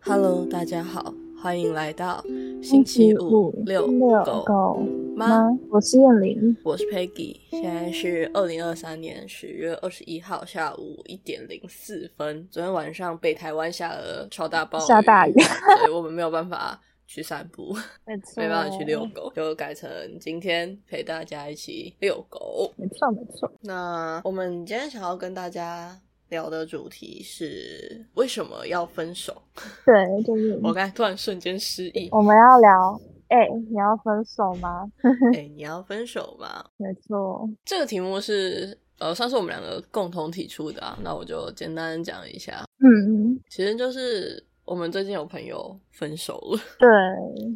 Hello，大家好，欢迎来到星期五六狗狗妈，妈，我是燕玲。我是 Peggy，现在是二零二三年十月二十一号下午一点零四分。昨天晚上北台湾下了超大暴雨，下 大雨所以我们没有办法去散步， 没错没办法去遛哦狗，就改成今天陪大家一起遛狗。没错没错，那我们今天想要跟大家聊的主题是为什么要分手？对，就是我刚才突然瞬间失忆，我们要聊，哎、你要分手吗？哎、你要分手吗？没错，这个题目是呃，算是我们两个共同提出的啊。那我就简单讲一下，嗯，其实就是我们最近有朋友分手了， 对，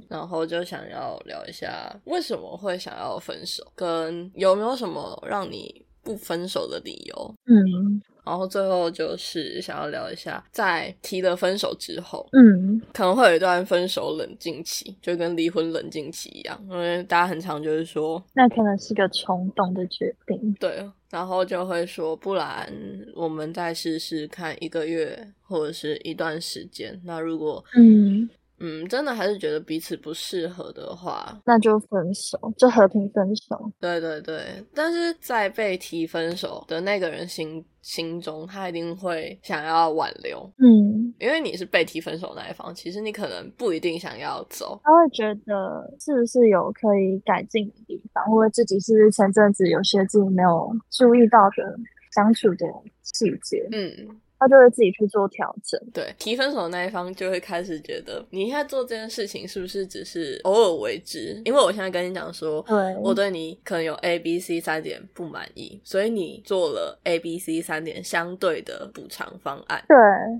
然后就想要聊一下为什么会想要分手，跟有没有什么让你不分手的理由。嗯然后最后就是想要聊一下，在提了分手之后，嗯，可能会有一段分手冷静期，就跟离婚冷静期一样，因为大家很常就是说那可能是个冲动的决定，对，然后就会说，不然我们再试试看一个月或者是一段时间。那如果嗯，嗯真的还是觉得彼此不适合的话，那就分手，就和平分手。对对对。但是在被提分手的那个人心心中，他一定会想要挽留，嗯，因为你是被提分手那一方，其实你可能不一定想要走。他会觉得是不是有可以改进的地方，或者自己是不是前阵子有些自己没有注意到的相处的细节，嗯，他就会自己去做调整。对，提分手的那一方就会开始觉得，你现在做这件事情是不是只是偶尔为之？因为我现在跟你讲说，对，我对你可能有 A、B、C 三点不满意，所以你做了 A、B、C 三点相对的补偿方案。对，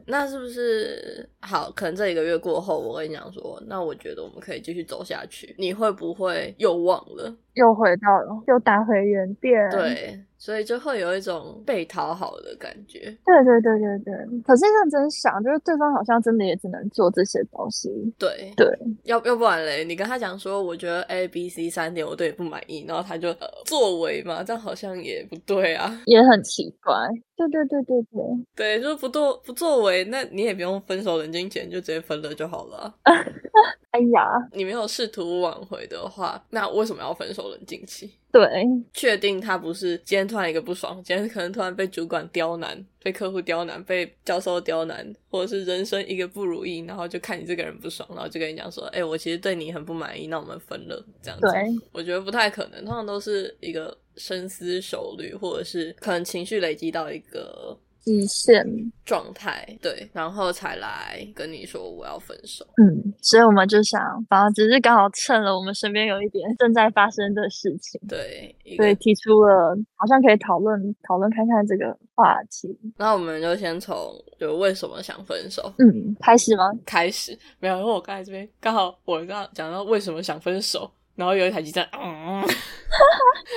那是不是好？可能这一个月过后，我跟你讲说，那我觉得我们可以继续走下去。你会不会又忘了？又回到了，又打回原点。对，所以就会有一种被讨好的感觉。对对对对对。可是认真想，就是对方好像真的也只能做这些东西。对对，要要不然嘞，你跟他讲说，我觉得 A、B、C 三点我对你不满意，然后他就、呃、作为嘛，这样好像也不对啊。也很奇怪。对对对对对，对，就不作不作为，那你也不用分手冷静前就直接分了就好了啊。哎呀，你没有试图挽回的话，那为什么要分手冷静期？对确定他不是今天突然一个不爽，今天可能突然被主管刁难，被客户刁难，被教授刁难，或者是人生一个不如意，然后就看你这个人不爽，然后就跟你讲说，哎、我其实对你很不满意，那我们分了这样子。对，我觉得不太可能，通常都是一个深思熟虑，或者是可能情绪累积到一个极限。状态，对，然后才来跟你说我要分手。嗯，所以我们就想，反正只是刚好趁了我们身边有一点正在发生的事情。对，一所以个，提出了，好像可以讨论讨论看看这个话题。那我们就先从就为什么想分手嗯，开始吗？开始。没有，因为我刚才这边刚好我刚刚讲到为什么想分手，然后有一台机在，嗯，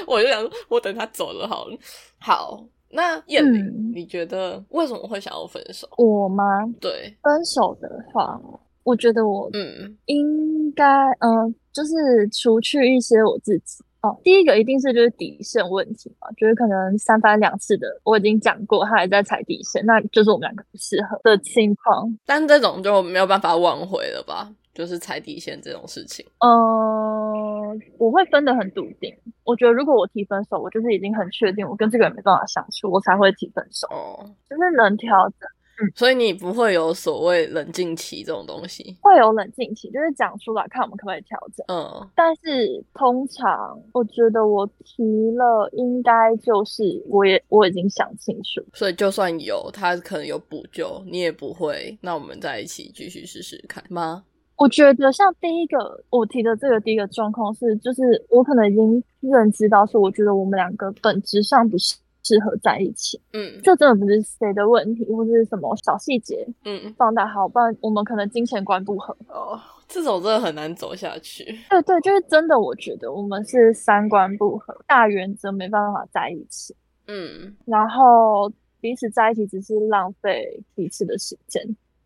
我就想说我等他走了好了。好，那燕玲，嗯你觉得为什么会想要分手？我吗？对，分手的话，我觉得我嗯应该，嗯、就是除去一些我自己哦。第一个一定是就是底线问题嘛，就是可能三番两次的我已经讲过，他还在踩底线，那就是我们两个不适合的情况。但这种就没有办法挽回了吧？就是踩底线这种事情。嗯，呃我会分得很笃定。我觉得如果我提分手，我就是已经很确定我跟这个人没办法相处，我才会提分手。哦，就是能调整，所以你不会有所谓冷静期这种东西。会有冷静期，就是讲出来看我们可不可以调整。嗯，但是通常，我觉得我提了，应该就是我也我已经想清楚，所以就算有他可能有补救，你也不会。那我们在一起继续试试看吗？我觉得像第一个我提的这个第一个状况是，就是我可能已经认知到说，我觉得我们两个本质上不适适合在一起，嗯这真的不是谁的问题，或是什么小细节嗯，放大好，不然我们可能金钱观不合。哦，这种真的很难走下去。对对，就是真的，我觉得我们是三观不合，大原则没办法在一起。嗯然后彼此在一起只是浪费彼此的时间，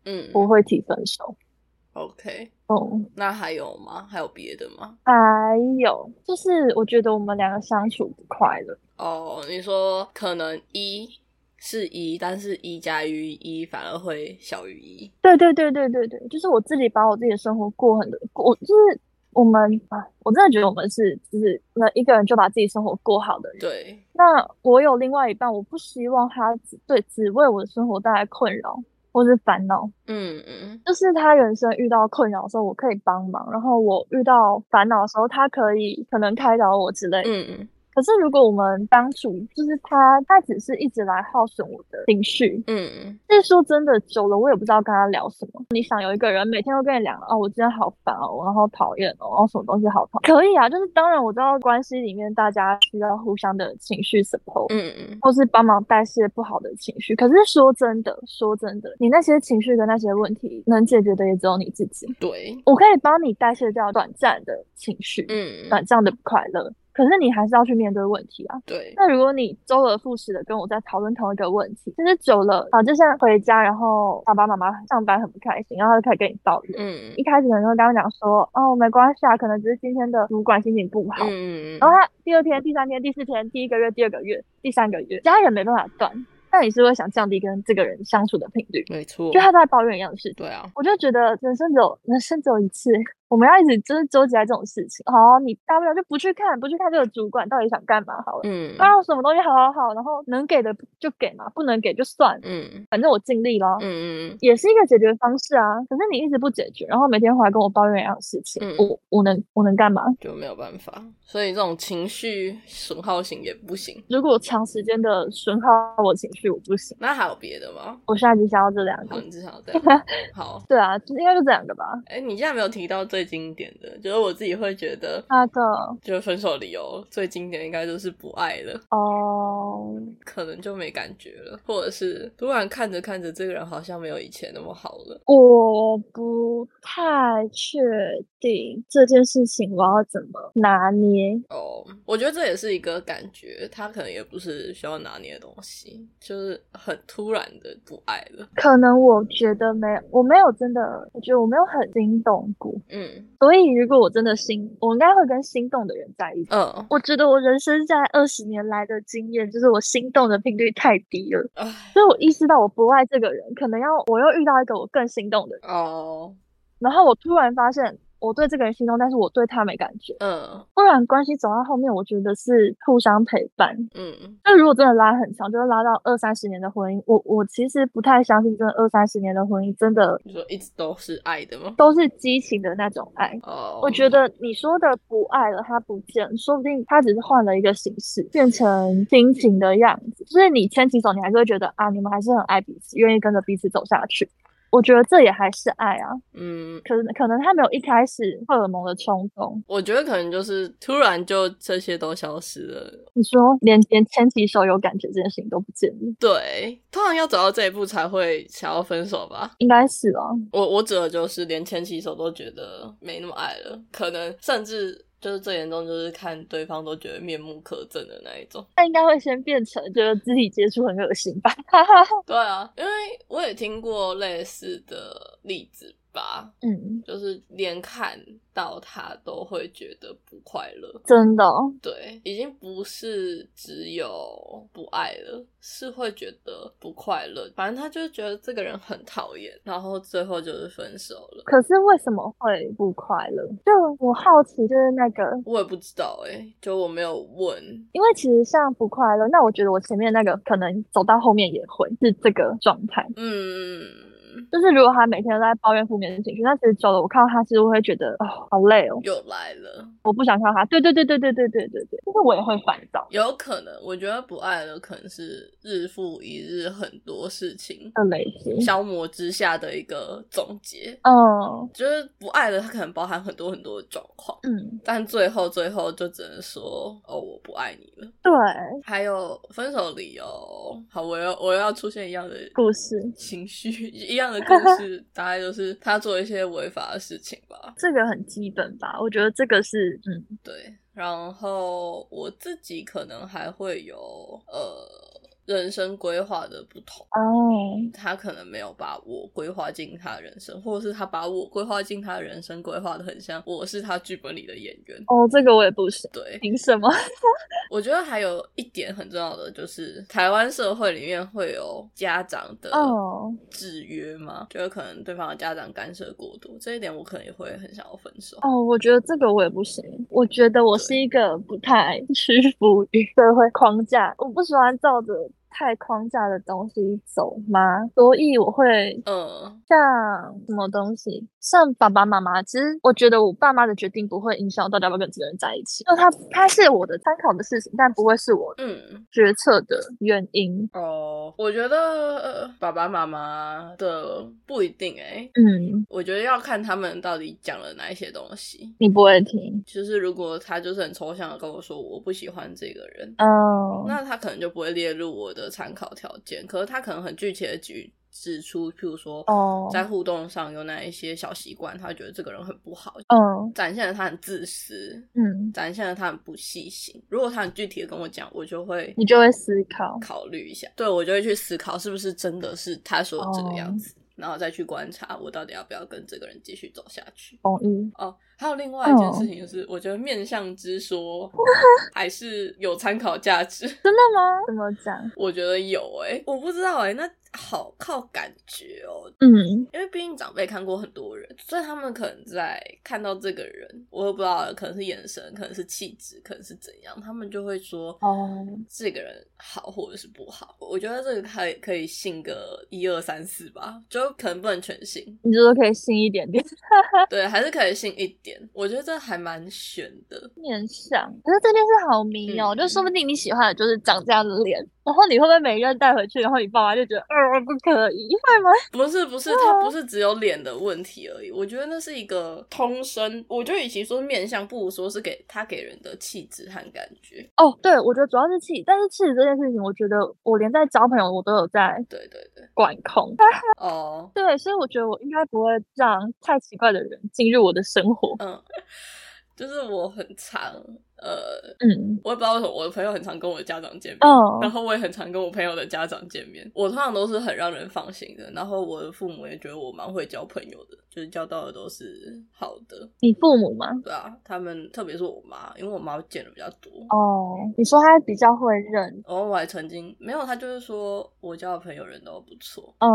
嗯不会提分手。 ，OK。嗯，那还有吗？还有别的吗？还有就是，我觉得我们两个相处不快乐。哦，你说可能一是一，但是一加于一反而会小于一。对对对对对对，就是我自己把我自己的生活过很多，我就是我们啊，我真的觉得我们是就是那一个人就把自己生活过好的人。对，那我有另外一半，我不希望他只对只为我的生活带来困扰或是烦恼，嗯嗯，就是他人生遇到困扰的时候，我可以帮忙，然后我遇到烦恼的时候，他可以可能开导我之类的。嗯嗯可是如果我们当初就是他，他只是一直来耗损我的情绪，嗯嗯，但是说真的，久了我也不知道跟他聊什么。你想有一个人每天都跟你聊，哦，我今天好烦哦，然后讨厌哦，然后什么东西好讨可以啊，就是当然我知道关系里面大家需要互相的情绪 support，、嗯嗯，或是帮忙代谢不好的情绪。可是说真的，说真的，你那些情绪跟那些问题能解决的也只有你自己。对，我可以帮你代谢掉短暂的情绪，嗯短暂的不快乐，可是你还是要去面对问题啊。对，那如果你周而复始的跟我在讨论同一个问题，就是久了啊，就像回家，然后爸爸妈妈上班很不开心，然后他就开始跟你抱怨。嗯一开始可能会跟他讲说，哦，没关系啊，可能只是今天的主管心情不好。嗯嗯然后他第二天、第三天、第四天、第一个月、第二个月、第三个月，家人没办法断，那你是会想降低跟这个人相处的频率，没错就，他在抱怨一样的事情。对啊，我就觉得人生只有人生只有一次，我们要一直就是纠结在这种事情。好，啊你大不了就不去看，不去看这个主管到底想干嘛好了。嗯当然什么东西好好好，然后能给的就给嘛，不能给就算，嗯反正我尽力了嗯，嗯也是一个解决方式啊。可是你一直不解决，然后每天回来跟我抱怨一样的事情，嗯我我能我能干嘛？就没有办法，所以这种情绪损耗型也不行。如果长时间的损耗我情绪，我不行。那还有别的吗？我现在只想要这两好，个，你至少 这样好。对啊，应该就这两个吧。哎，你现在没有提到最经典的，就是我自己会觉得，那个就是分手理由最经典应该就是不爱了。哦，可能就没感觉了，或者是突然看着看着，这个人好像没有以前那么好了。我不太确定这件事情我要怎么拿捏。哦、我觉得这也是一个感觉，他可能也不是需要拿捏的东西，就是很突然的不爱了。可能我觉得没有，我没有真的，我觉得我没有很心动过。嗯所以，如果我真的心，我应该会跟心动的人在一起。嗯我觉得我人生在二十年来的经验，就是我心动的频率太低了，唉所以我意识到我不爱这个人，可能要我又遇到一个我更心动的人，哦然后我突然发现我对这个人心动，但是我对他没感觉。嗯不然关系走到后面，我觉得是互相陪伴。嗯那如果真的拉很长，就是拉到二三十年的婚姻，我我其实不太相信，真的二三十年的婚姻真的你说一直都是爱的吗？都是激情的那种爱。哦，我觉得你说的不爱了，他不见，说不定他只是换了一个形式，变成亲情的样子。就是你牵起手，你还是会觉得啊，你们还是很爱彼此，愿意跟着彼此走下去。我觉得这也还是爱啊，嗯，可能可能他没有一开始荷尔蒙的冲动。我觉得可能就是突然就这些都消失了。你说连连牵起手有感觉这件事情都不见了，对，通常要走到这一步才会想要分手吧。应该是啊。我我指的就是连牵起手都觉得没那么爱了，可能甚至就是最严重就是看对方都觉得面目可憎的那一种。他应该会先变成觉得肢体接触很恶心吧？ 对啊，因为我也听过类似的例子吧，嗯，就是连看到他都会觉得不快乐。真的哦对，已经不是只有不爱了，是会觉得不快乐。反正他就是觉得这个人很讨厌，然后最后就是分手了。可是为什么会不快乐？就我好奇，就是那个我也不知道哎、就我没有问，因为其实像不快乐，那我觉得我前面那个可能走到后面也会是这个状态。嗯，就是如果他每天都在抱怨负面的情绪，那其实久了，我看到他其实我会觉得哦，好累哦，又来了，我不想看到他。对对对对对对对对对，就是我也会烦躁有可能，我觉得不爱了，可能是日复一日很多事情的累积。消磨之下的一个总结。嗯就是不爱了，它可能包含很多很多的状况，嗯，但最后最后就只能说，哦，我不爱你了。对，还有分手理由，好，我要我要出现一样的故事情绪， 一样的故事，大概就是他做一些违法的事情吧。这个很基本吧？我觉得这个是嗯对，然后我自己可能还会有呃人生规划的不同，哦，他可能没有把我规划进他的人生，或者是他把我规划进他的人生规划的很像我是他剧本里的演员。哦，这个我也不行，对，凭什么？我觉得还有一点很重要的就是，台湾社会里面会有家长的 哦制约嘛，就是可能对方的家长干涉过多，这一点我可能也会很想要分手。哦，我觉得这个我也不行。我觉得我是一个不太 屈服于社会框架，我不喜欢照着太框架的东西走嘛，所以我会嗯，像什么东西，像爸爸妈妈。其实我觉得我爸妈的决定不会影响我到底要不要跟这个人在一起，就他他是我的参考的事情，但不会是我嗯，决策的原因。哦，我觉得、呃爸爸妈妈的不一定哎、嗯，我觉得要看他们到底讲了哪一些东西。你不会听。就是如果他就是很抽象的跟我说我不喜欢这个人，嗯，那他可能就不会列入我的参考条件。可是他可能很具体的举指出，譬如说哦，在互动上有哪一些小习惯，他觉得这个人很不好，嗯展现了他很自私，嗯，展现了他很不细心。如果他很具体的跟我讲，我就会你就会思考。考虑一下，对我就会去思考是不是真的是他说的这个样子，然后再去观察我到底要不要跟这个人继续走下去。同意。哦，还有另外一件事情就是，我觉得面向之说还是有参考价值。真的吗？怎么讲？我觉得有诶、我不知道诶、那好靠感觉哦，嗯，因为毕竟长辈看过很多人，所以他们可能在看到这个人，我也不知道，可能是眼神，可能是气质，可能是怎样，他们就会说哦，，这个人好或者是不好。我觉得这个可以可以信个一二三四吧，就可能不能全信你就说可以信一点点对，还是可以信一点。我觉得这还蛮悬的，面相，可是这件事好迷哦，嗯就说不定你喜欢的就是长这样的脸，然后你会不会每一个人带回去，然后你爸妈就觉得，呃，不可以， 会吗？不是不是，它不是只有脸的问题而已。我觉得那是一个通身，我觉得与其说面相，不如说是给他给人的气质和感觉。哦，对，我觉得主要是气，但是气质这件事情，我觉得我连在交朋友我都有在对对对，管控， 哦、对，所以我觉得我应该不会让太奇怪的人进入我的生活。嗯，就是我很常，呃，嗯，我也不知道为什么我的朋友很常跟我的家长见面，哦然，后我也很常跟我朋友的家长见面。我通常都是很让人放心的，然后我的父母也觉得我蛮会交朋友的，就是交到的都是好的，你父母吗？对啊，他们特别是我妈，因为我妈见的比较多。哦，你说他比较会认，然后我还曾经没有，她就是说我交的朋友人都不错，嗯，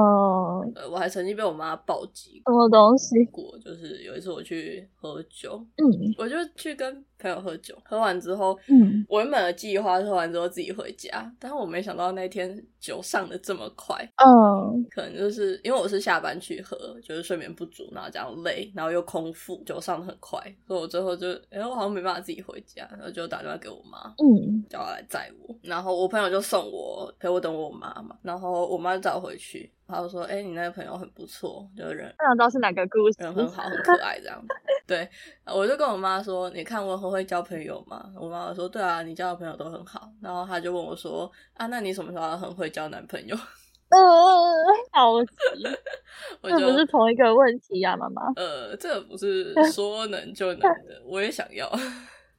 呃，我还曾经被我妈暴击什么东西？过，就是有一次我去喝酒，嗯我就去跟朋友喝酒，喝完之后，嗯，我原本的计划是喝完之后自己回家，但是我没想到那天酒上的这么快，嗯可能就是因为我是下班去喝，就是睡眠不足，然后这样累，然后又空腹，酒上的很快，所以我最后就，哎、我好像没办法自己回家，然后就打电话给我妈。嗯，叫她来载我，然后我朋友就送我陪我等我妈嘛，然后我妈就载我回去，她就说：“哎、你那个朋友很不错，就是人不想知道是哪个故事。人嗯很好，很可爱这样子。对，我就跟我妈说，你看我很会交朋友嘛。我妈妈说，对啊，你交的朋友都很好。然后她就问我说，啊，那你什么时候要很会交男朋友？ 呃，好急，我这就不是同一个问题呀、妈妈，呃，这不是说能就能的，我也想要。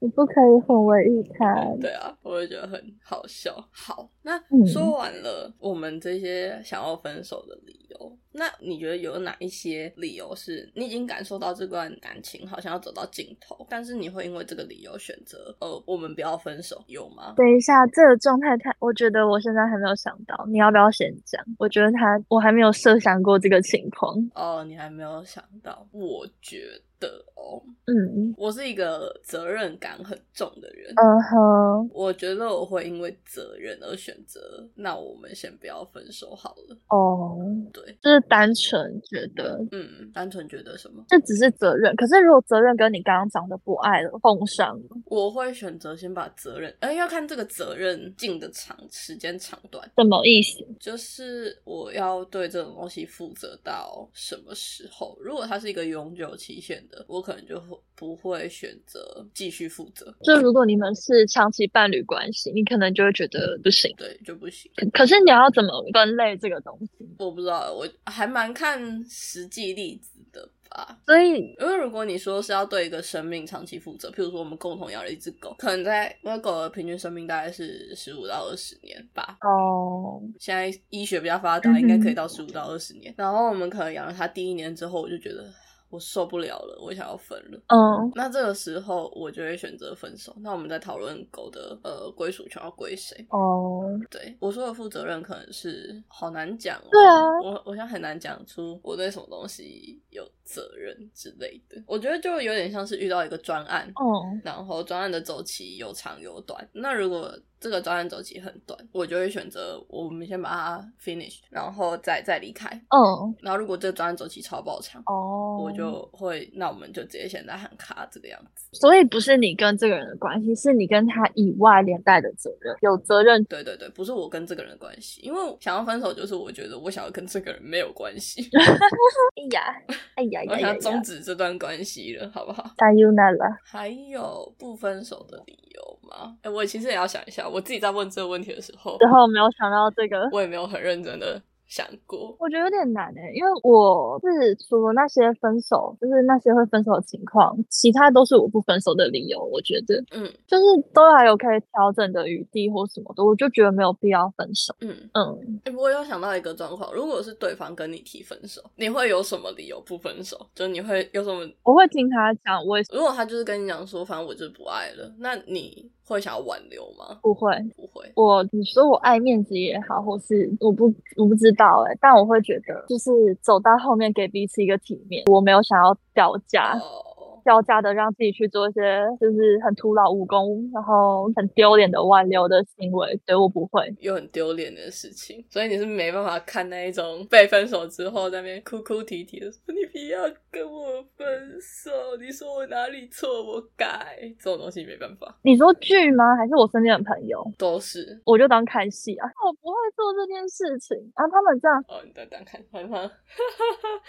你不可以混为一谈。对啊，我就觉得很好笑。好，那嗯说完了我们这些想要分手的理由，那你觉得有哪一些理由是你已经感受到这段感情好像要走到尽头，但是你会因为这个理由选择呃我们不要分手，有吗？等一下，这个状态太，我觉得我现在还没有想到，你要不要先讲？我觉得他，我还没有设想过这个情况。哦，你还没有想到，我觉得哦，嗯我是一个责任感很重的人。嗯哼，我觉得我会因为责任而选择，那我们先不要分手好了。哦，对，就是单纯觉得嗯，单纯觉得什么？这只是责任，可是如果责任跟你刚刚讲的不爱了碰上了，我会选择先把责任，哎、要看这个责任尽的长时间长短，什么意思？就是我要对这种东西负责到什么时候。如果它是一个永久期限的，我可能就会不会选择继续负责，就如果你们是长期伴侣关系，你可能就会觉得不行。对，就不行。可可是你要怎么分类这个东西？我不知道，我还蛮看实际例子的吧。吧。所以因为如果你说是要对一个生命长期负责，譬如说我们共同养了一只狗，可能在因为狗的平均生命大概是十五到二十年吧。哦，现在医学比较发嗯达，应该可以到十五到二十年。然后我们可能养了它第一年之后，我就觉得我受不了了，我想要分了。嗯那这个时候我就会选择分手。那我们在讨论狗的呃归属权要归谁？哦，对我说的负责任可能是好难讲、哦。对啊我我现在很难讲出我对什么东西有责任之类的。我觉得就有点像是遇到一个专案，嗯然后专案的周期有长有短。那如果这个专案周期很短，我就会选择我们先把它 finish，然后再再离开。嗯然后如果这个专案周期超爆长，哦，我就会那我们就直接现在喊卡这个样子。所以不是你跟这个人的关系，是你跟他以外连带的责任，有责任。对对对，不是我跟这个人的关系，因为想要分手就是我觉得我想要跟这个人没有关系，哎呀， 哎呀我呀想呀要呀终止这段关系了，好不好？ ，Sayonara，u n a 了，还有不分手的理由吗？哎，我其实也要想一下，我自己在问这个问题的时候，之后没有想到这个。我也没有很认真的想过。我觉得有点难诶、因为我是除了那些分手，就是那些会分手的情况，其他都是我不分手的理由。我觉得嗯就是都还有可以调整的余地或什么的，我就觉得没有必要分手。嗯，嗯，哎，我有想到一个状况，如果是对方跟你提分手，你会有什么理由不分手？就你会有什么？我会听他讲，我也如果他就是跟你讲说，反正我就是不爱了，那你会想要挽留吗？不会。不会。我你说我爱面子也好，或是我不我不知道哎、但我会觉得就是走到后面给彼此一个体面，我没有想要掉价。哦，掉价的让自己去做一些就是很徒劳无功，然后很丢脸的挽留的行为，所以我不会。又很丢脸的事情，所以你是没办法看那一种被分手之后在那边哭哭啼啼的说你不要跟我分手，你说我哪里错我改这种东西没办法，你说剧吗？还是我身边的朋友？都是我就当看戏啊，我不会做这件事情啊。他们这样，哦，你再当看看哈，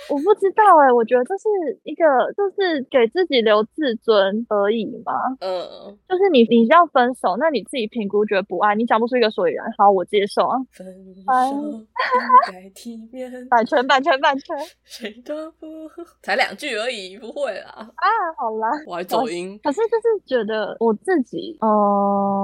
我不知道哎、我觉得这是一个，就是给自己留自尊而已嘛。嗯，就是你你要分手，那你自己评估觉得不爱，你讲不出一个所以然，好，我接受啊。分手哎应该体面，版权，版权，版权谁都不 才两句而已，不会啦，啊，好啦。我还走音，可是就是觉得我自己，嗯、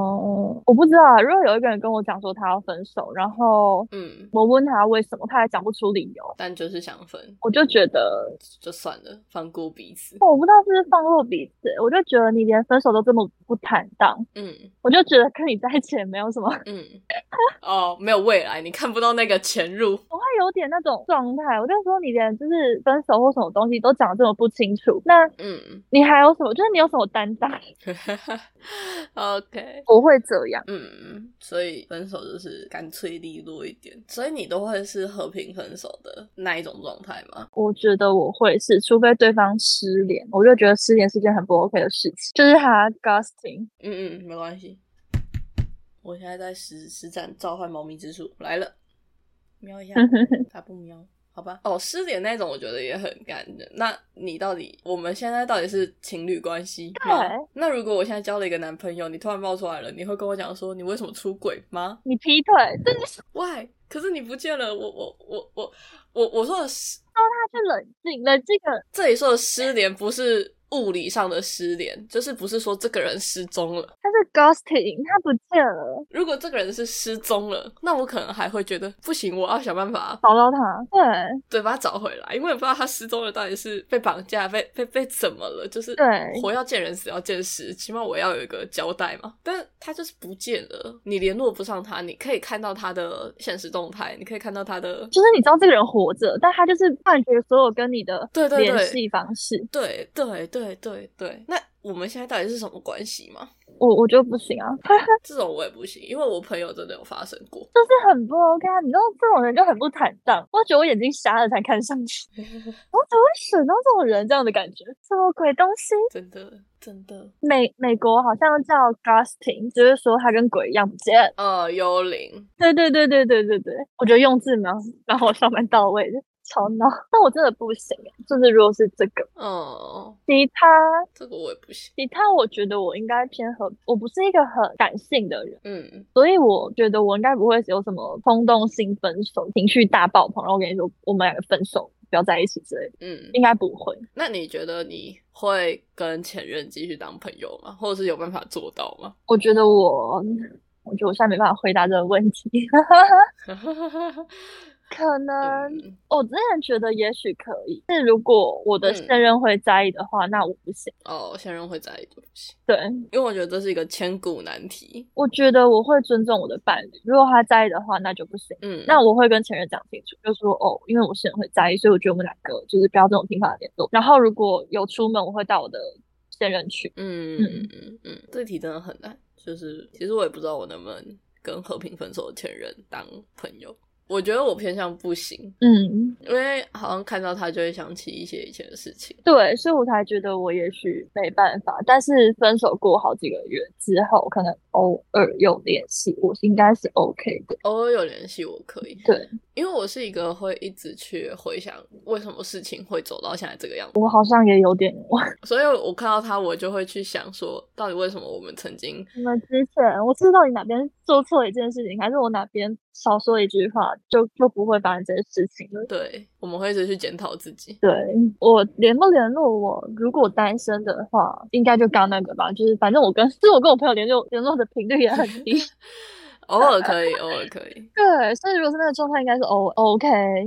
我不知道啊。如果有一个人跟我讲说他要分手，然后嗯，我问他为什么，他还讲不出理由，但就是想分我就觉得就算了，放过彼此，我不知道是不是放过彼此，我就觉得你连分手都这么不坦荡，嗯我就觉得跟你在一起也没有什么，嗯，哦，没有未来，你看不到那个潜入。我会有点那种状态。我就说你连就是分手或什么东西都讲得这么不清楚，那嗯 你还有什么？就是你有什么担当？ ，OK， 我会这样，嗯，所以分手就是干脆利落一点。所以你都会是和平分手的那一种状态吗？我觉得我会是，除非对方失联，我就觉得失联是一件很不 OK 的事情，就是他 ghosting。嗯嗯，没关系。我现在在实实战召唤猫咪之术来了，喵一下，它不喵，好吧。哦，失联那种我觉得也很感人。那你到底我们现在到底是情侣关系吗对？那如果我现在交了一个男朋友，你突然冒出来了，你会跟我讲说你为什么出轨吗？你劈腿，这件事 Why？可是你不见了，我我我我我我说的失，他是冷静，冷静的这里说的失联不是物理上的失联，就是不是说这个人失踪了。他是 ghosting，他不见了，如果这个人是失踪了，那我可能还会觉得不行，我要想办法找到他，对对把他找回来，因为我不知道他失踪了到底是被绑架、被被被怎么了，就是对活要见人，死要见尸，起码我要有一个交代嘛。但是他就是不见了，你联络不上他，你可以看到他的现实动态，你可以看到他 的就是你知道这个人活着，但他就是断绝所有跟你的对对联对系方式。对对对对对，那我们现在到底是什么关系吗？我我觉得不行啊，这种我也不行，因为我朋友真的有发生过。就是很不 OK 啊！你知道这种人就很不坦荡，我觉得我眼睛瞎了才看上去， 我怎么会选到这种人这样的感觉？什么鬼东西？真的真的，美美国好像叫 ghosting，就是说他跟鬼一样不见。呃，幽灵，对对对对对对对，我觉得用字蛮蛮好笑，蛮到位的，超闹。但我真的不行欸，就是如果是这个，哦，其他这个我也不行。其他，我觉得我应该偏和，我不是一个很感性的人。嗯，所以我觉得我应该不会有什么冲动性分手、情绪大爆棚，然后我跟你说我们两个分手，不要在一起之类的，嗯，应该不会。那你觉得你会跟前任继续当朋友吗？或者是有办法做到 吗？我觉得我，我觉得我现在没办法回答这个问题， 可能嗯我真的觉得也许可以，但如果我的嗯现任会在意的话，那我不行。哦，现任会在意对不起，对，因为我觉得这是一个千古难题。我觉得我会尊重我的伴侣，如果他在意的话，那就不行。嗯，那我会跟前任讲清楚，就说哦，因为我现在会在意，所以我觉得我们两个就是不要这种频繁的联络。然后如果有出门，我会带我的现任去。嗯嗯嗯嗯，这题真的很难。就是其实我也不知道我能不能跟和平分手的前任当朋友。我觉得我偏向不行，嗯，因为好像看到他就会想起一些以前的事情。对，所以我才觉得我也许没办法。但是分手过好几个月之后，可能偶尔有联系，我应该是 OK 的。偶尔有联系我可以，对因为我是一个会一直去回想为什么事情会走到现在这个样子，我好像也有点 忘所以我看到他我就会去想说，到底为什么我们曾经了之前，我知道你哪边做错了一件事情，还是我哪边少说一句话，就就不会发生这件事情了。对我们会一直去检讨自己。对，我联不联络我？如果单身的话，应该就刚那个吧，就是反正我跟， 就是我跟我朋友联络联络的频率也很低。 偶尔可以，偶尔可以，对，所以如果是那个状态，应该是 O OK，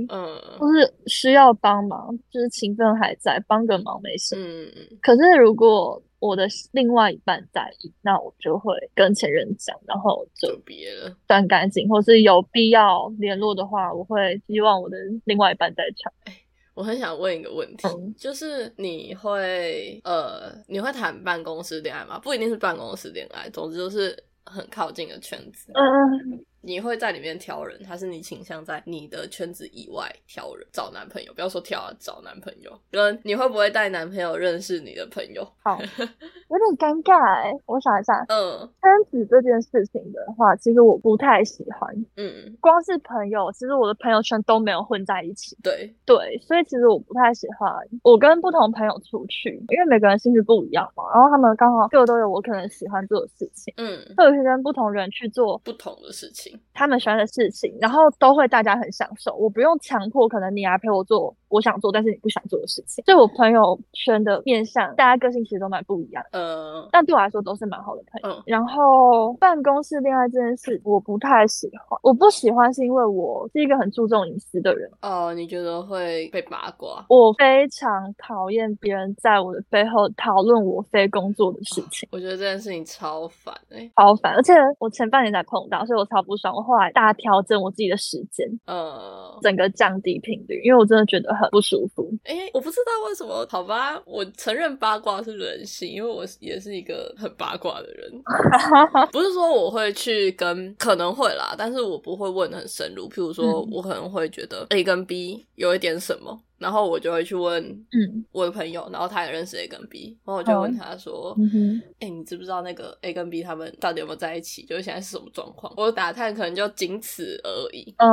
嗯就是需要帮忙，就是情分还在，帮个忙没事。嗯嗯可是如果我的另外一半在意，那我就会跟前任讲，然后就就毕业了。断干净，或是有必要联络的话，我会希望我的另外一半在场。我很想问一个问题，嗯就是你会呃，你会谈办公室恋爱吗？不一定是办公室恋爱，总之就是很靠近的圈子。嗯，你会在里面挑人，还是你倾向在你的圈子以外挑人找男朋友？不要说挑啊，找男朋友。跟你会不会带男朋友认识你的朋友？好，有点尴尬哎、我想一下，嗯圈子这件事情的话，其实我不太喜欢。嗯，光是朋友，其实我的朋友圈都没有混在一起，对，对，所以其实我不太喜欢我跟不同朋友出去，因为每个人性质不一样嘛，然后他们刚好各都有我可能喜欢做的事情，嗯，或者是跟不同人去做不同的事情，他们喜欢的事情，然后都会大家很享受。我不用强迫，可能你来陪我做我想做，但是你不想做的事情。所以我朋友圈的面向，大家个性其实都蛮不一样的，呃，但对我来说都是蛮好的朋友。嗯然后办公室恋爱这件事，我不太喜欢。我不喜欢是因为我是一个很注重隐私的人，哦，你觉得会被八卦？我非常讨厌别人在我的背后讨论我非工作的事情。我觉得这件事情超烦哎、超烦，而且我前半年才碰到，所以我超不爽。我后来大调整我自己的时间，呃，整个降低频率，因为我真的觉得很不舒服。哎、我不知道为什么，好吧，我承认八卦是人性，因为我是也是一个很八卦的 人，不是说我会去跟，可能会啦，但是我不会问得很深入。譬如说，嗯我可能会觉得 A 跟 B 有一点什么，然后我就会去问嗯我的朋友，然后他也认识 A 跟 B，然后我就问他说，嗯哼，哎、你知不知道那个 A 跟 B 他们到底有没有在一起？就是现在是什么状况？我打探可能就仅此而已。呃，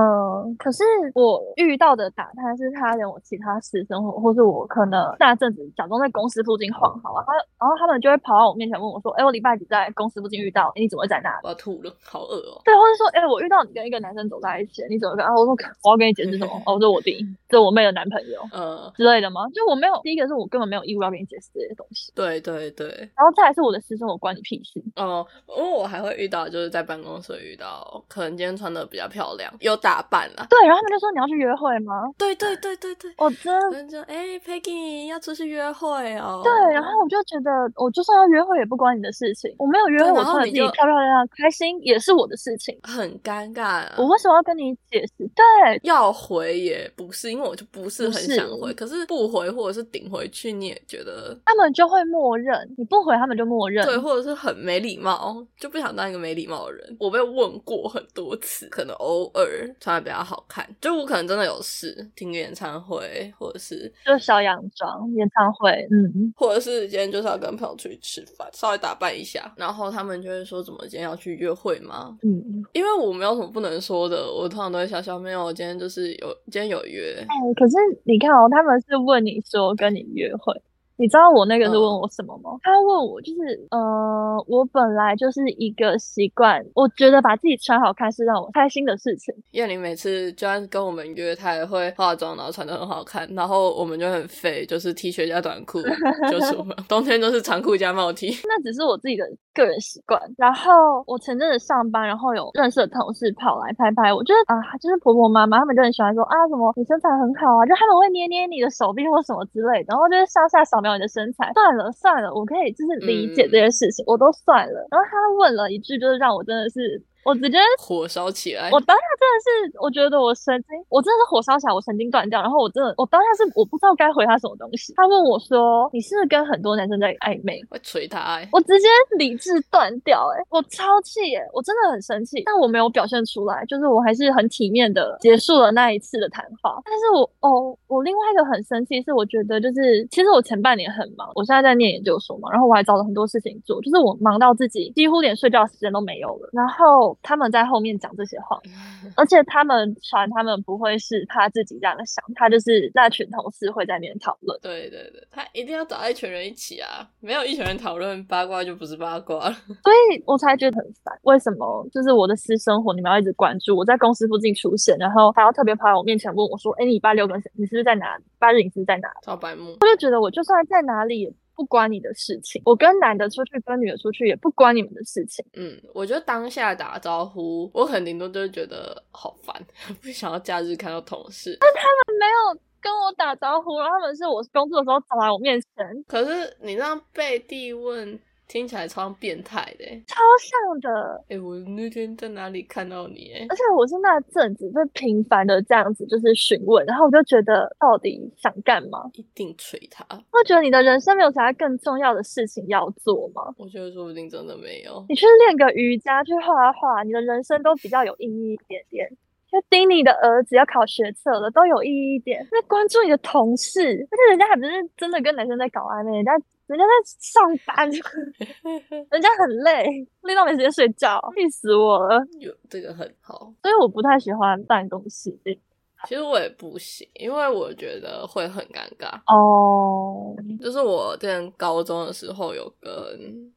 可是我遇到的打探是他连我其他私生活，或是我可能那阵子假装在公司附近晃好啊，他然后他们就会跑到我面前问我说：“哎、我礼拜几在公司附近遇到，你怎么会在那里我要吐了，好饿哦？”。对，或者说：“哎、我遇到你跟一个男生走在一起，你怎么跟？”啊，我说：“我要跟你解释什么？哦，这是我弟，这是我妹的男朋友呃，之类的吗？”就我没有，第一个是我根本没有义务要跟你解释这些东西，对对对，然后再来是我的私生活关你屁事。哦，因为我还会遇到，就是在办公室遇到，可能今天穿的比较漂亮，有打扮啦。对，然后他们就说：“你要去约会吗对对对对对？”，我真的可能就哎、p e g g y 要出去约会哦。对，然后我就觉得，我就算要约会也不关你的事情，我没有约对会，我然后穿的你自己就漂漂亮亮、开心也是我的事情。很尴尬、啊。我为什么要跟你解释？对，要回也不是，因为我就不是很想不回，是可是不回或者是顶回去，你也觉得他们就会默认，你不回他们就默认。对，或者是很没礼貌，就不想当一个没礼貌的人。我被问过很多次，可能偶尔穿的比较好看，就我可能真的有事，听个演唱会，或者是就小洋装演唱会，嗯，或者是今天就是要跟朋友出去吃饭，稍微打扮一下，然后他们就会说怎么今天要去约会吗？嗯，因为我没有什么不能说的，我通常都会笑笑，没有，我今天就是有今天有约，哎，可是你看哦，他们是问你说跟你约会，你你知道我那个是问嗯我什么吗？他问我就是，呃，我本来就是一个习惯，我觉得把自己穿好看是让我开心的事情。燕玲每次就算跟我们约，她也会化妆，然后穿的很好看，然后我们就很废，就是 T 恤加短 裤就出门，冬天都是长裤加帽 T。那只是我自己的个人习惯。然后我前阵子上班，然后有认识的同事跑来拍拍我，就是啊，就是婆婆妈妈他们就很喜欢说啊，什么你身材很好啊，就他们会捏捏你的手臂或什么之类的，然后就是上下扫描你的身材。算了算了，我可以就是理解这件事情，我都算了。然后他问了一句，就是让我真的是，我直接火烧起来我，当下真的是，我觉得我神经，我真的是火烧起来，我神经断掉。然后我真的，我当下是我不知道该回他什么东西。他问我说：“你是不是跟很多男生在暧昧？”我捶他、欸。我直接理智断掉、欸，我超气耶、我真的很生气，但我没有表现出来，就是我还是很体面的结束了那一次的谈话。但是我哦，我另外一个很生气是，我觉得就是其实我前半年很忙，我现在在念研究所嘛，然后我还找了很多事情做，就是我忙到自己几乎连睡觉时间都没有了。然后他们在后面讲这些话，而且他们传他们不会是他自己这样想，他就是那群同事会在那边讨论。对对对，他一定要找到一群人一起啊，没有一群人讨论八卦就不是八卦了。所以我才觉得很烦。为什么就是我的私生活你们要一直关注？我在公司附近出现，然后还要特别跑来我面前问我说：“哎，你礼拜六跟谁？你是不是在哪里？礼拜日你是不是在哪里超白目？”，我就觉得我就算在哪里也不关你的事情，我跟男的出去跟女的出去也不关你们的事情。嗯，我觉得当下打招呼，我可能顶多就是觉得好烦， 不想要假日看到同事。没有跟我打招呼，然后他们是我工作的时候走来我面前，可是你让背地问，听起来超像变态的、欸。超像的。哎、我那天在哪里看到你、欸？而且我是那阵子被频繁的这样子就是询问，然后我就觉得到底想干嘛？一定捶他。会觉得你的人生没有其他更重要的事情要做吗？我觉得说不定真的没有。你去练个瑜伽，去画画，你的人生都比较有意义一点点。就盯你的儿子要考学测了，都有意义一点。那关注你的同事，而且人家还不是真的跟男生在搞暧昧，人家人家在上班，人家很累，累到没时间睡觉，气死我了。有这个很好，所以我不太喜欢办公室恋其实我也不行，因为我觉得会很尴尬。哦，就是我之前高中的时候有跟，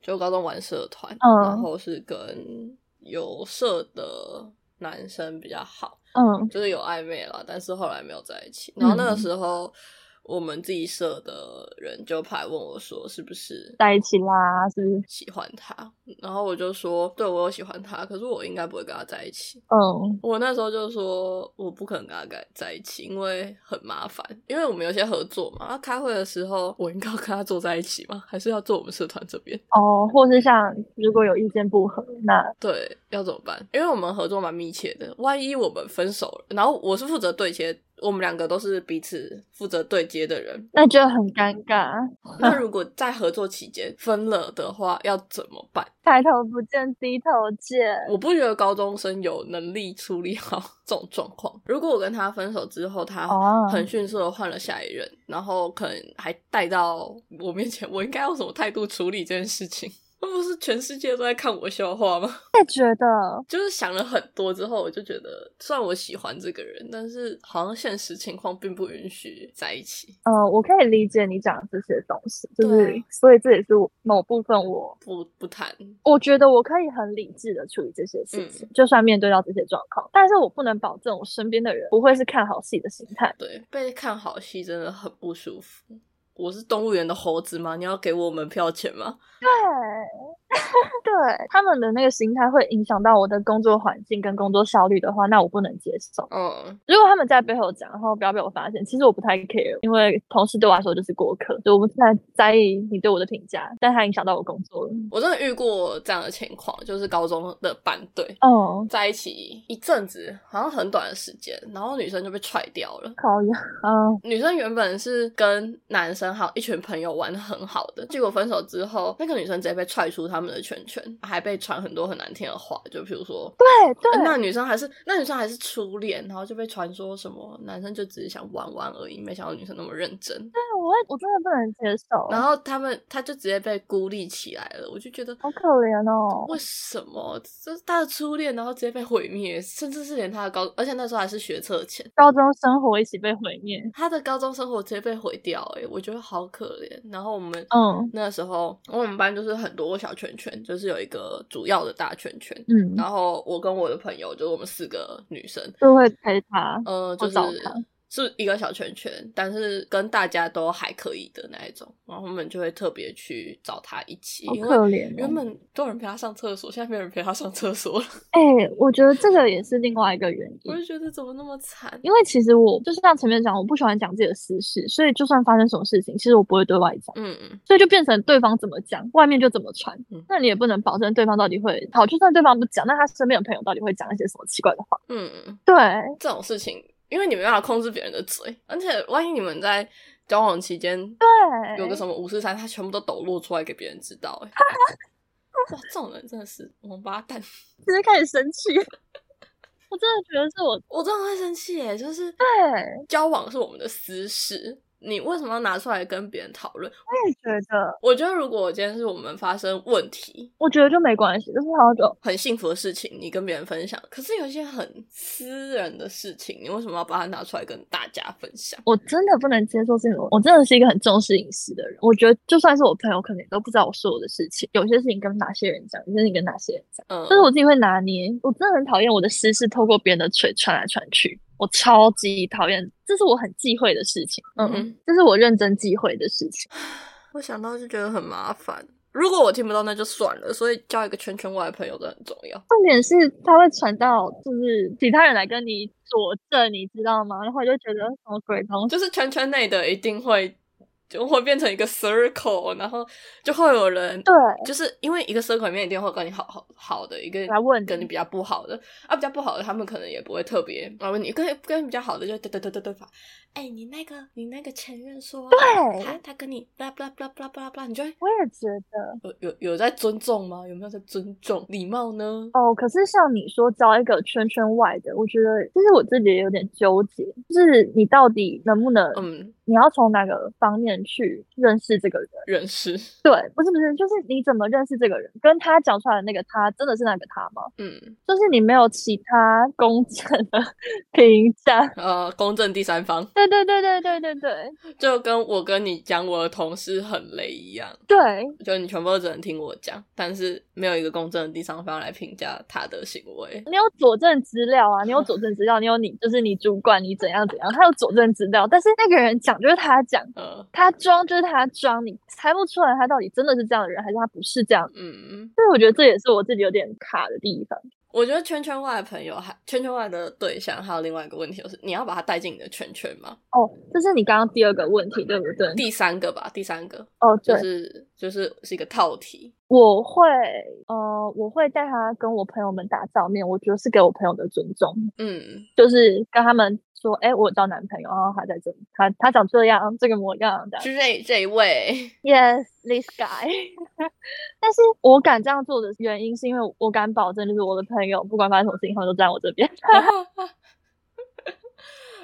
就高中玩社团，嗯然后是跟有社的男生比较好，嗯就是有暧昧啦，但是后来没有在一起。然后那个时候，我们自己社的人就跑来问我说，是不是在一起啦，是不是？喜欢他？然后我就说，对我有喜欢他，可是我应该不会跟他在一起。嗯我那时候就说我不可能跟他在在一起，因为很麻烦，因为我们有些合作嘛。啊开会的时候，我应该要跟他坐在一起吗？还是要坐我们社团这边？哦，或是像如果有意见不合，那对，要怎么办？因为我们合作蛮密切的，万一我们分手了，然后我是负责对接，我们两个都是彼此负责对接的人。那就很尴尬，那如果在合作期间分了的话，要怎么办？抬头不见低头见。我不觉得高中生有能力处理好这种状况。如果我跟他分手之后，他哦很迅速的换了下一任，然后可能还带到我面前，我应该用什么态度处理这件事情？ 那不是全世界都在看我笑话吗？ 也觉得，就是想了很多之后，我就觉得，虽然我喜欢这个人，但是好像现实情况并不允许在一起，呃，我可以理解你讲的这些东西，就对是所以这也是我某部分我不不谈。我觉得我可以很理智的处理这些事情，就算面对到这些状况，但是我不能保证我身边的人不会是看好戏的心态。对，被看好戏真的很不舒服。我是动物园的猴子吗？你要给我门票钱吗？对，对，他们的那个心态会影响到我的工作环境跟工作效率的话，那我不能接受。嗯，如果他们在背后讲，然后不要被我发现，其实我不太 care，因为同事对我来说就是过客，就我不太在意你对我的评价，但它影响到我工作了。我真的遇过这样的情况，就是高中的班队哦，在一起一阵子，好像很短的时间，然后女生就被踹掉了。考呀，嗯。女生原本是跟男生还有一群朋友玩的很好的，结果分手之后，那个女生直接被踹出他们的圈圈，还被传很多很难听的话，就比如说，对对，呃那女生还是那女生还是初恋，然后就被传说什么男生就只是想玩玩而已，没想到女生那么认真，对我也我真的不能接受，然后他们他就直接被孤立起来了，我就觉得好可怜哦。为什么这是他的初恋，然后直接被毁灭，甚至是连他的高，而且那时候还是学测前，高中生活一起被毁灭，他的高中生活直接被毁掉、欸，哎，我觉得好可怜。然后我们嗯那时候，我们班就是很多小圈圈，就是有一个主要的大圈圈，嗯，然后我跟我的朋友，就是我们四个女生，就会陪他，呃，我就是找他是一个小圈圈，但是跟大家都还可以的那一种，然后我们就会特别去找他一起，好因可为怜、哦。原本都有人陪他上厕所，现在没有人陪他上厕所了，哎、我觉得这个也是另外一个原因我。就觉得怎么那么惨。因为其实我就是像前面讲，我不喜欢讲自己的私事，所以就算发生什么事情，其实我不会对外讲，嗯嗯，所以就变成对方怎么讲，外面就怎么传嗯。那你也不能保证对方到底会好，就算对方不讲，那他身边的朋友到底会讲一些什么奇怪的话？嗯嗯，对，这种事情，因为你没办法控制别人的嘴，而且万一你们在交往期间对，有个什么五四三，他全部都抖落出来给别人知道、 欸，哇，这种人真的是王八蛋，直接开始生气， 我真的觉得是我我真的会生气耶、就是对，交往是我们的私事，你为什么要拿出来跟别人讨论？我也觉得，我觉得如果今天是我们发生问题，我觉得就没关系，就是好久，很幸福的事情，你跟别人分享，可是有一些很私人的事情，你为什么要把它拿出来跟大家分享？我真的不能接受这种，我真的是一个很重视隐私的人，我觉得就算是我朋友，可能也都不知道我所有的事情，有些事情跟哪些人讲，有些事情跟哪些人讲。嗯，但是我自己会拿捏，我真的很讨厌我的私事透过别人的嘴传来传去，我超级讨厌，这是我很忌讳的事情，嗯，嗯这是我认真忌讳的事情。我想到就觉得很麻烦。如果我听不到，那就算了。所以交一个圈圈外的朋友真的很重要。重点是它会传到就是其他人来跟你佐证，你知道吗？然后我就觉得什么鬼东西，就是圈圈内的一定会就会变成一个 circle，然后就会有人对，就是因为一个 circle 里面一定会跟你好好好的，一个来问你跟你比较不好的啊，比较不好的他们可能也不会特别啊问你，跟跟比较好的就对对对对对吧？哎，你那个你那个前任说，啊对他他跟你 blah blah blah blah blah blah，你就会我也觉得有有有在尊重吗？有没有在尊重礼貌呢？哦。可是像你说交一个圈圈外的，我觉得其实我自己也有点纠结，就是你到底能不能，嗯，你要从哪个方面去认识这个人？人事，对，不是不是，就是你怎么认识这个人，跟他讲出来的那个他，真的是那个他吗？嗯，就是你没有其他公正的 评价。呃，公正第三方，对对对对对对对就跟我跟你讲我的同事很雷一样，对，就你全部都只能听我讲，但是没有一个公正的第三方来评价他的行为。你有佐证资料啊，你有佐证资料，你有你就是你主管你怎样怎样，他有佐证资料，但是那个人讲就是他讲，呃，他装就是他装，你猜不出来他到底真的是这样的人，还是他不是这样。嗯，所以我觉得这也是我自己有点卡的地方。我觉得圈圈外的朋友还圈圈外的对象，还有另外一个问题就是，你要把他带进你的圈圈吗？哦，这是你刚刚第二个问题，对不对？第三个吧，第三个哦，对就，是就是是一个套题。我会，呃，我会带他跟我朋友们打照面，我觉得是给我朋友的尊重，嗯，就是跟他们说，哎，我交男朋友，然后他在这里，他他长这样，这个模样这样就这这一位， Yes, this guy 。 但是我敢这样做的原因，是因为我敢保证，就是我的朋友不管发生什么事情，他们都站我这边，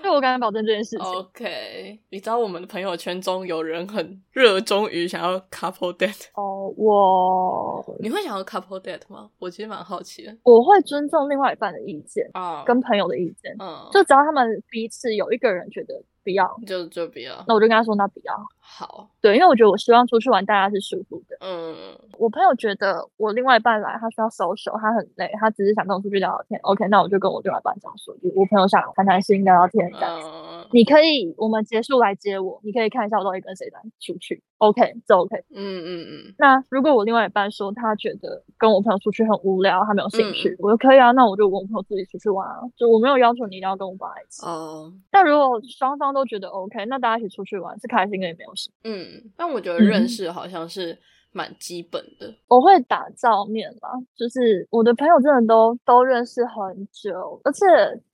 所以我敢保证这件事情。哦 OK，你知道我们的朋友圈中有人很热衷于想要 couple date， 哦，我你会想要 couple date 吗？我其实蛮好奇的我会尊重另外一半的意见，啊，哦跟朋友的意见，嗯，就只要他们彼此有一个人觉得不要，就就比较那我就跟他说那不要。好，对，因为我觉得我希望出去玩大家是舒服的。嗯我朋友觉得我另外一半来，他需要 social，他很累，他只是想跟我出去聊聊天。OK，那我就跟我另外一半这样说，就是我朋友想谈谈心、聊聊天这样子。嗯你可以，我们结束来接我，你可以看一下我到底跟谁来出去。OK，这 OK。嗯嗯嗯，那如果我另外一半说他觉得跟我朋友出去很无聊，他没有兴嗯趣，我就可以啊，那我就跟我朋友自己出去玩啊，就我没有要求你一定要跟我爸一起。哦，但如果双方都觉得 OK，那大家一起出去玩是开心的，也没有什么。嗯，但我觉得嗯认识好像是蛮基本的，我会打照面啦，就是我的朋友真的都都认识很久，而且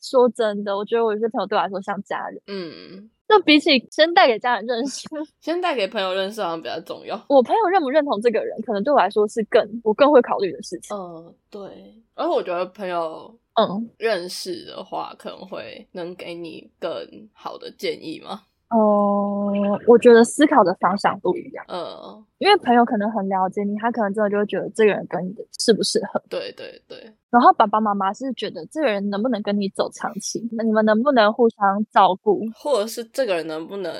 说真的，我觉得我有些朋友对我来说像家人。嗯，那比起先带给家人认识，先带给朋友认识好像比较重要。我朋友认不认同这个人，可能对我来说是更我更会考虑的事情。嗯，对。而我觉得朋友嗯，认识的话，可能会能给你更好的建议吗？哦、我觉得思考的方向不一样，嗯，因为朋友可能很了解你，他可能真的就会觉得这个人跟你的适不适合。对对对，然后爸爸妈妈是觉得这个人能不能跟你走长期，那你们能不能互相照顾？或者是这个人能不能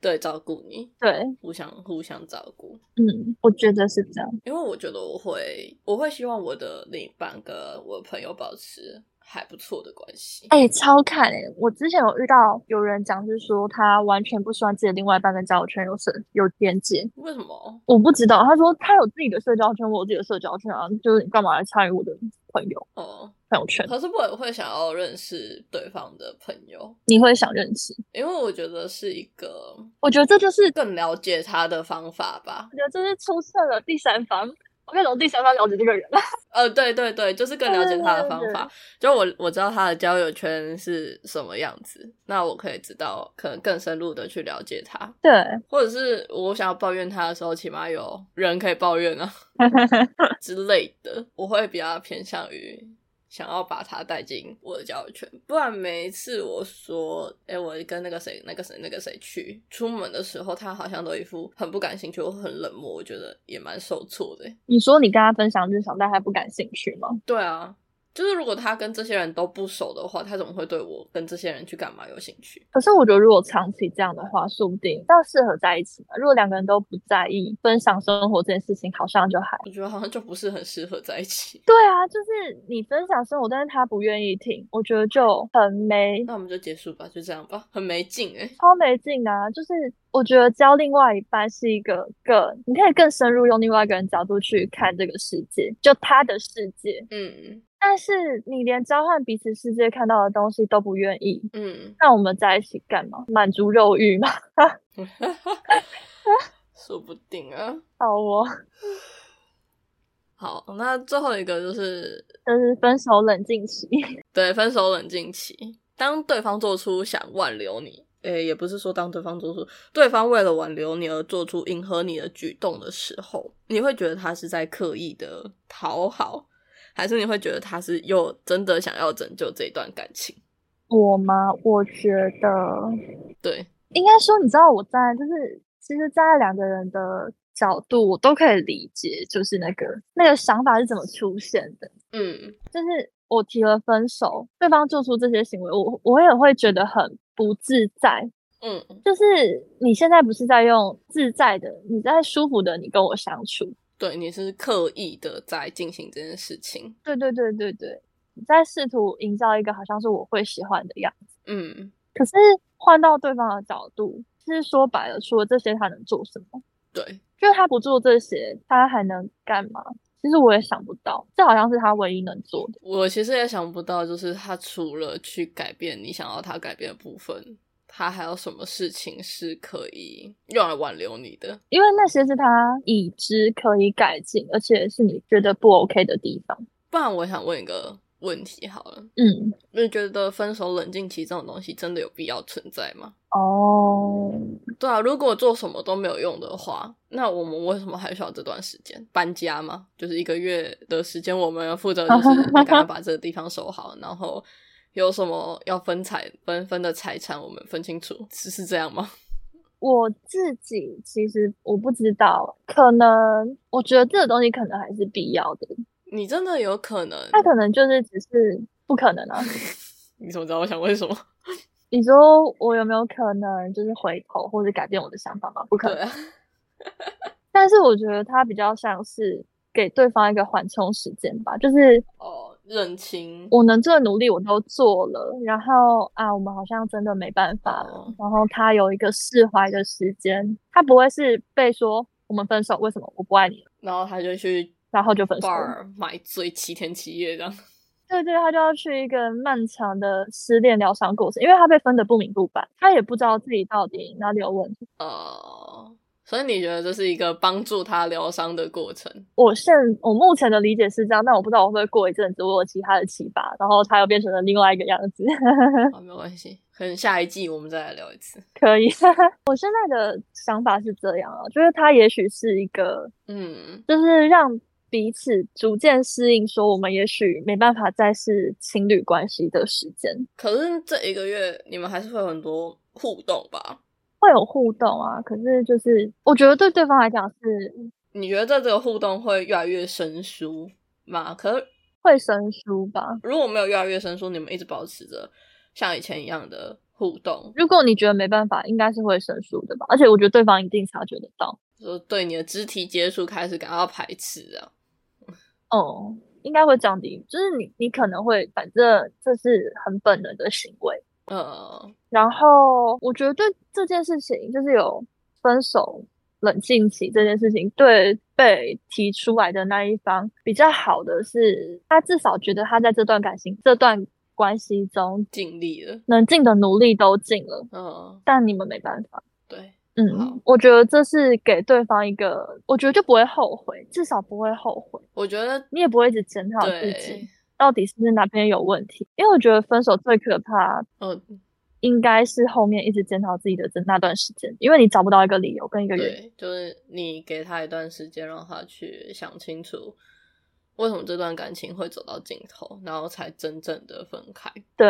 对照顾你，对，互相互相照顾。嗯，我觉得是这样。因为我觉得我会，我会希望我的另一半跟我的朋友保持还不错的关系。哎、超看哎、我之前有遇到有人讲是说他完全不希望自己的另外一半跟交友圈有是有连接，为什么？我不知道。他说他有自己的社交圈，我有自己的社交圈啊，就是你干嘛来参与我的朋友哦，朋友圈？可是我也会想要认识对方的朋友，你会想认识？因为我觉得是一个我觉得这就是更了解他的方法吧我。觉得这是出现了第三方，我该从第三方了解这个人了。 呃，对对对，就是更了解他的方对对对法。就我我知道他的交友圈是什么样子，那我可以知道，可能更深入的去了解他，对，或者是我想要抱怨他的时候，起码有人可以抱怨啊。之类的，我会比较偏向于想要把他带进我的交友圈。不然每一次我说，哎、我跟那个谁、那个谁、那个谁去出门的时候，他好像都一副很不感兴趣，或很冷漠，我觉得也蛮受挫的。欸你说你跟他分享日常，但他不感兴趣吗？对啊。就是如果他跟这些人都不熟的话，他怎么会对我跟这些人去干嘛有兴趣？可是我觉得，如果长期这样的话，说不定倒适合在一起嘛。如果两个人都不在意分享生活这件事情，好像就还我觉得好像就不是很适合在一起。对啊。就是你分享生活，但是他不愿意听，我觉得就很没那我们就结束吧，就这样吧，很没劲哎、超没劲的啊。就是我觉得交另外一半是一个更，你可以更深入用另外一个人角度去看这个世界，就他的世界。嗯但是你连交换彼此世界看到的东西都不愿意，嗯，那我们在一起干嘛？满足肉欲吗？ 说不定啊。好哦，好，那最后一个就是就是分手冷静期。对分手冷静期，当对方做出想挽留你，诶、也不是说当对方做出对方为了挽留你而做出迎合你的举动的时候，你会觉得他是在刻意的讨好，还是你会觉得他是又真的想要拯救这一段感情？我吗？我觉得对，应该说，你知道我在就是，其实站在两个人的角度，我都可以理解，就是那个那个想法是怎么出现的。嗯就是我提了分手，对方做出这些行为，我我也会觉得很不自在。嗯，就是你现在不是在用自在的，你在舒服的，你跟我相处。对，你是刻意的在进行这件事情，对对对对对，你在试图营造一个好像是我会喜欢的样子。嗯，可是换到对方的角度，是说白了，除了这些，他能做什么？对，就是他不做这些，他还能干嘛？其实我也想不到，这好像是他唯一能做的。我其实也想不到，就是他除了去改变你想要他改变的部分，他还有什么事情是可以用来挽留你的？因为那些是他已知可以改进，而且是你觉得不 OK 的地方。不然我想问一个问题好了，嗯，你觉得分手冷静期这种东西真的有必要存在吗？哦，对啊，如果做什么都没有用的话，那我们为什么还需要这段时间搬家吗？就是一个月的时间，我们要负责就是赶快把这个地方收好，然后有什么要分财分分的财产，我们分清楚，是是这样吗？我自己其实我不知道，可能我觉得这个东西可能还是必要的，你真的有可能？他可能就是只是不可能啊。你怎么知道我想问什么？你说我有没有可能就是回头或者改变我的想法吗？不可对能。啊，但是我觉得他比较像是给对方一个缓冲时间吧，就是哦，认清，我能做的努力我都做了，然后啊，我们好像真的没办法了，哦然后他有一个释怀的时间，他不会是被说我们分手，为什么我不爱你了，然后他就去然后就分手了。 bar 买醉七天七夜这样。对对，他就要去一个漫长的失恋疗伤过程，因为他被分得不明不白，他也不知道自己到底哪里有问题。呃，所以你觉得这是一个帮助他疗伤的过 程？我现我目前的理解是这样，但我不知道我会不会过一阵子我有其他的启发，然后他又变成了另外一个样子。 啊，没关系，可能下一季我们再来聊一次。可以。 我现在的想法是这样啊，就是它也许是一个，嗯，就是让彼此逐渐适应，说我们也许没办法再是情侣关系的时间，可是这一个月你们还是会有很多互动吧？会有互动啊。可是就是我觉得对对方来讲是你觉得这个互动会越来越生疏吗？可是会生疏吧。如果没有越来越生疏，你们一直保持着像以前一样的互动，如果你觉得没办法，应该是会生疏的吧。而且我觉得对方一定察觉得到，就对你的肢体接触开始感到排斥啊。哦、应该会降低。就是你，你可能会，反正这是很本能的行为。呃，然后我觉得对这件事情，就是有分手冷静期这件事情，对被提出来的那一方比较好的是，他至少觉得他在这段感情、这段关系中尽力了。能尽的努力都尽了，嗯、但你们没办法。对，好嗯，我觉得这是给对方一个，我觉得就不会后悔，至少不会后悔，我觉得你也不会一直检讨自己对，到底是不是哪边有问题。因为我觉得分手最可怕，哦，应该是后面一直检讨自己的这那段时间，因为你找不到一个理由跟一个原因。对，就是你给他一段时间，让他去想清楚为什么这段感情会走到尽头，然后才真正的分开。对，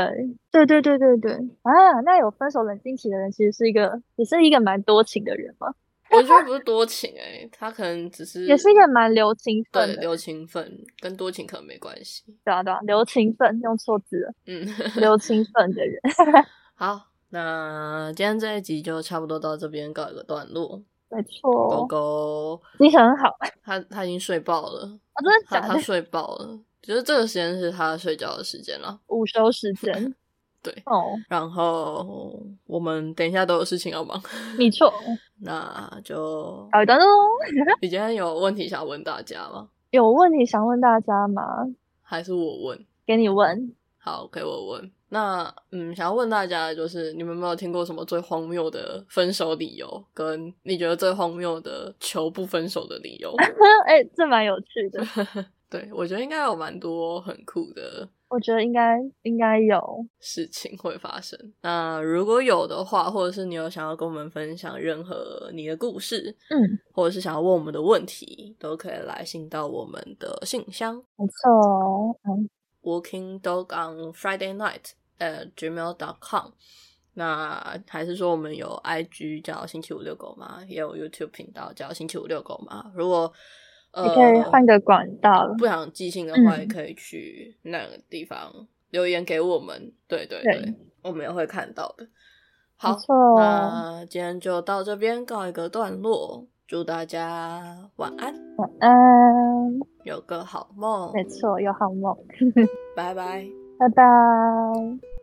对，对，对，对，对。啊，那有分手冷静期的人，其实是一个，也是一个蛮多情的人嘛，我觉得不是多情哎、他可能只是也是一个蛮留情分嗯对的留情分，跟多情可能没关系。对啊，对啊，留情分，用错字 了，嗯，留情分的人。好，那今天这一集就差不多到这边告一个段落。没狗错，哦狗精神很好啊，它它已经睡爆了，真的它假的它？睡爆了，就是这个时间是它睡觉的时间了。午休时间对，哦，然后我们等一下都有事情要忙，没错，那就好的哦喽。你今天有问题想问大家吗？有问题想问大家吗？还是我问？给你问， 好，给我问。那嗯，想要问大家，就是你们有没有听过什么最荒谬的分手理由，跟你觉得最荒谬的求不分手的理由？ 哎、这蛮有趣的，对我觉得应该有蛮多很酷的我觉得应该应该有。事情会发生。那如果有的话，或者是你有想要跟我们分享任何你的故事，嗯，或者是想要问我们的问题，都可以来信到我们的信箱没错哦，嗯， Walking Dog on Friday Night at gmail.com。那还是说我们有 IG 叫星期五遛狗吗？也有 YouTube 频道叫星期五遛狗吗？如果呃你可以换个管道了不想寄信的话，嗯也可以去那个地方留言给我们。对对对对，我们也会看到的。没好，错哦，那今天就到这边告一个段落，祝大家晚安，嗯，有个好梦，没错，有好梦，拜拜。拜拜。